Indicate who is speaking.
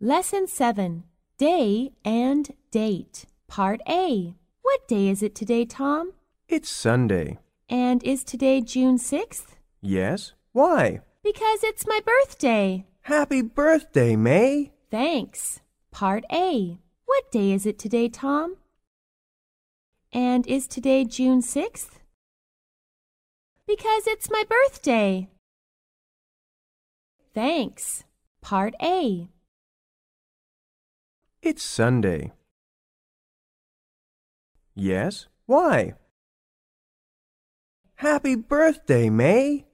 Speaker 1: Lesson 7 Day and Date. Part A. What day is it today, Tom?
Speaker 2: It's Sunday.
Speaker 1: And is today June 6th?
Speaker 2: Yes? Why?
Speaker 1: Because it's my birthday.
Speaker 2: Happy birthday, May!
Speaker 1: Thanks. Part A. What day is it today, Tom? And is today June 6th? Because it's my birthday. Thanks. Part A.
Speaker 2: It's Sunday. Yes? Why? Happy birthday, May!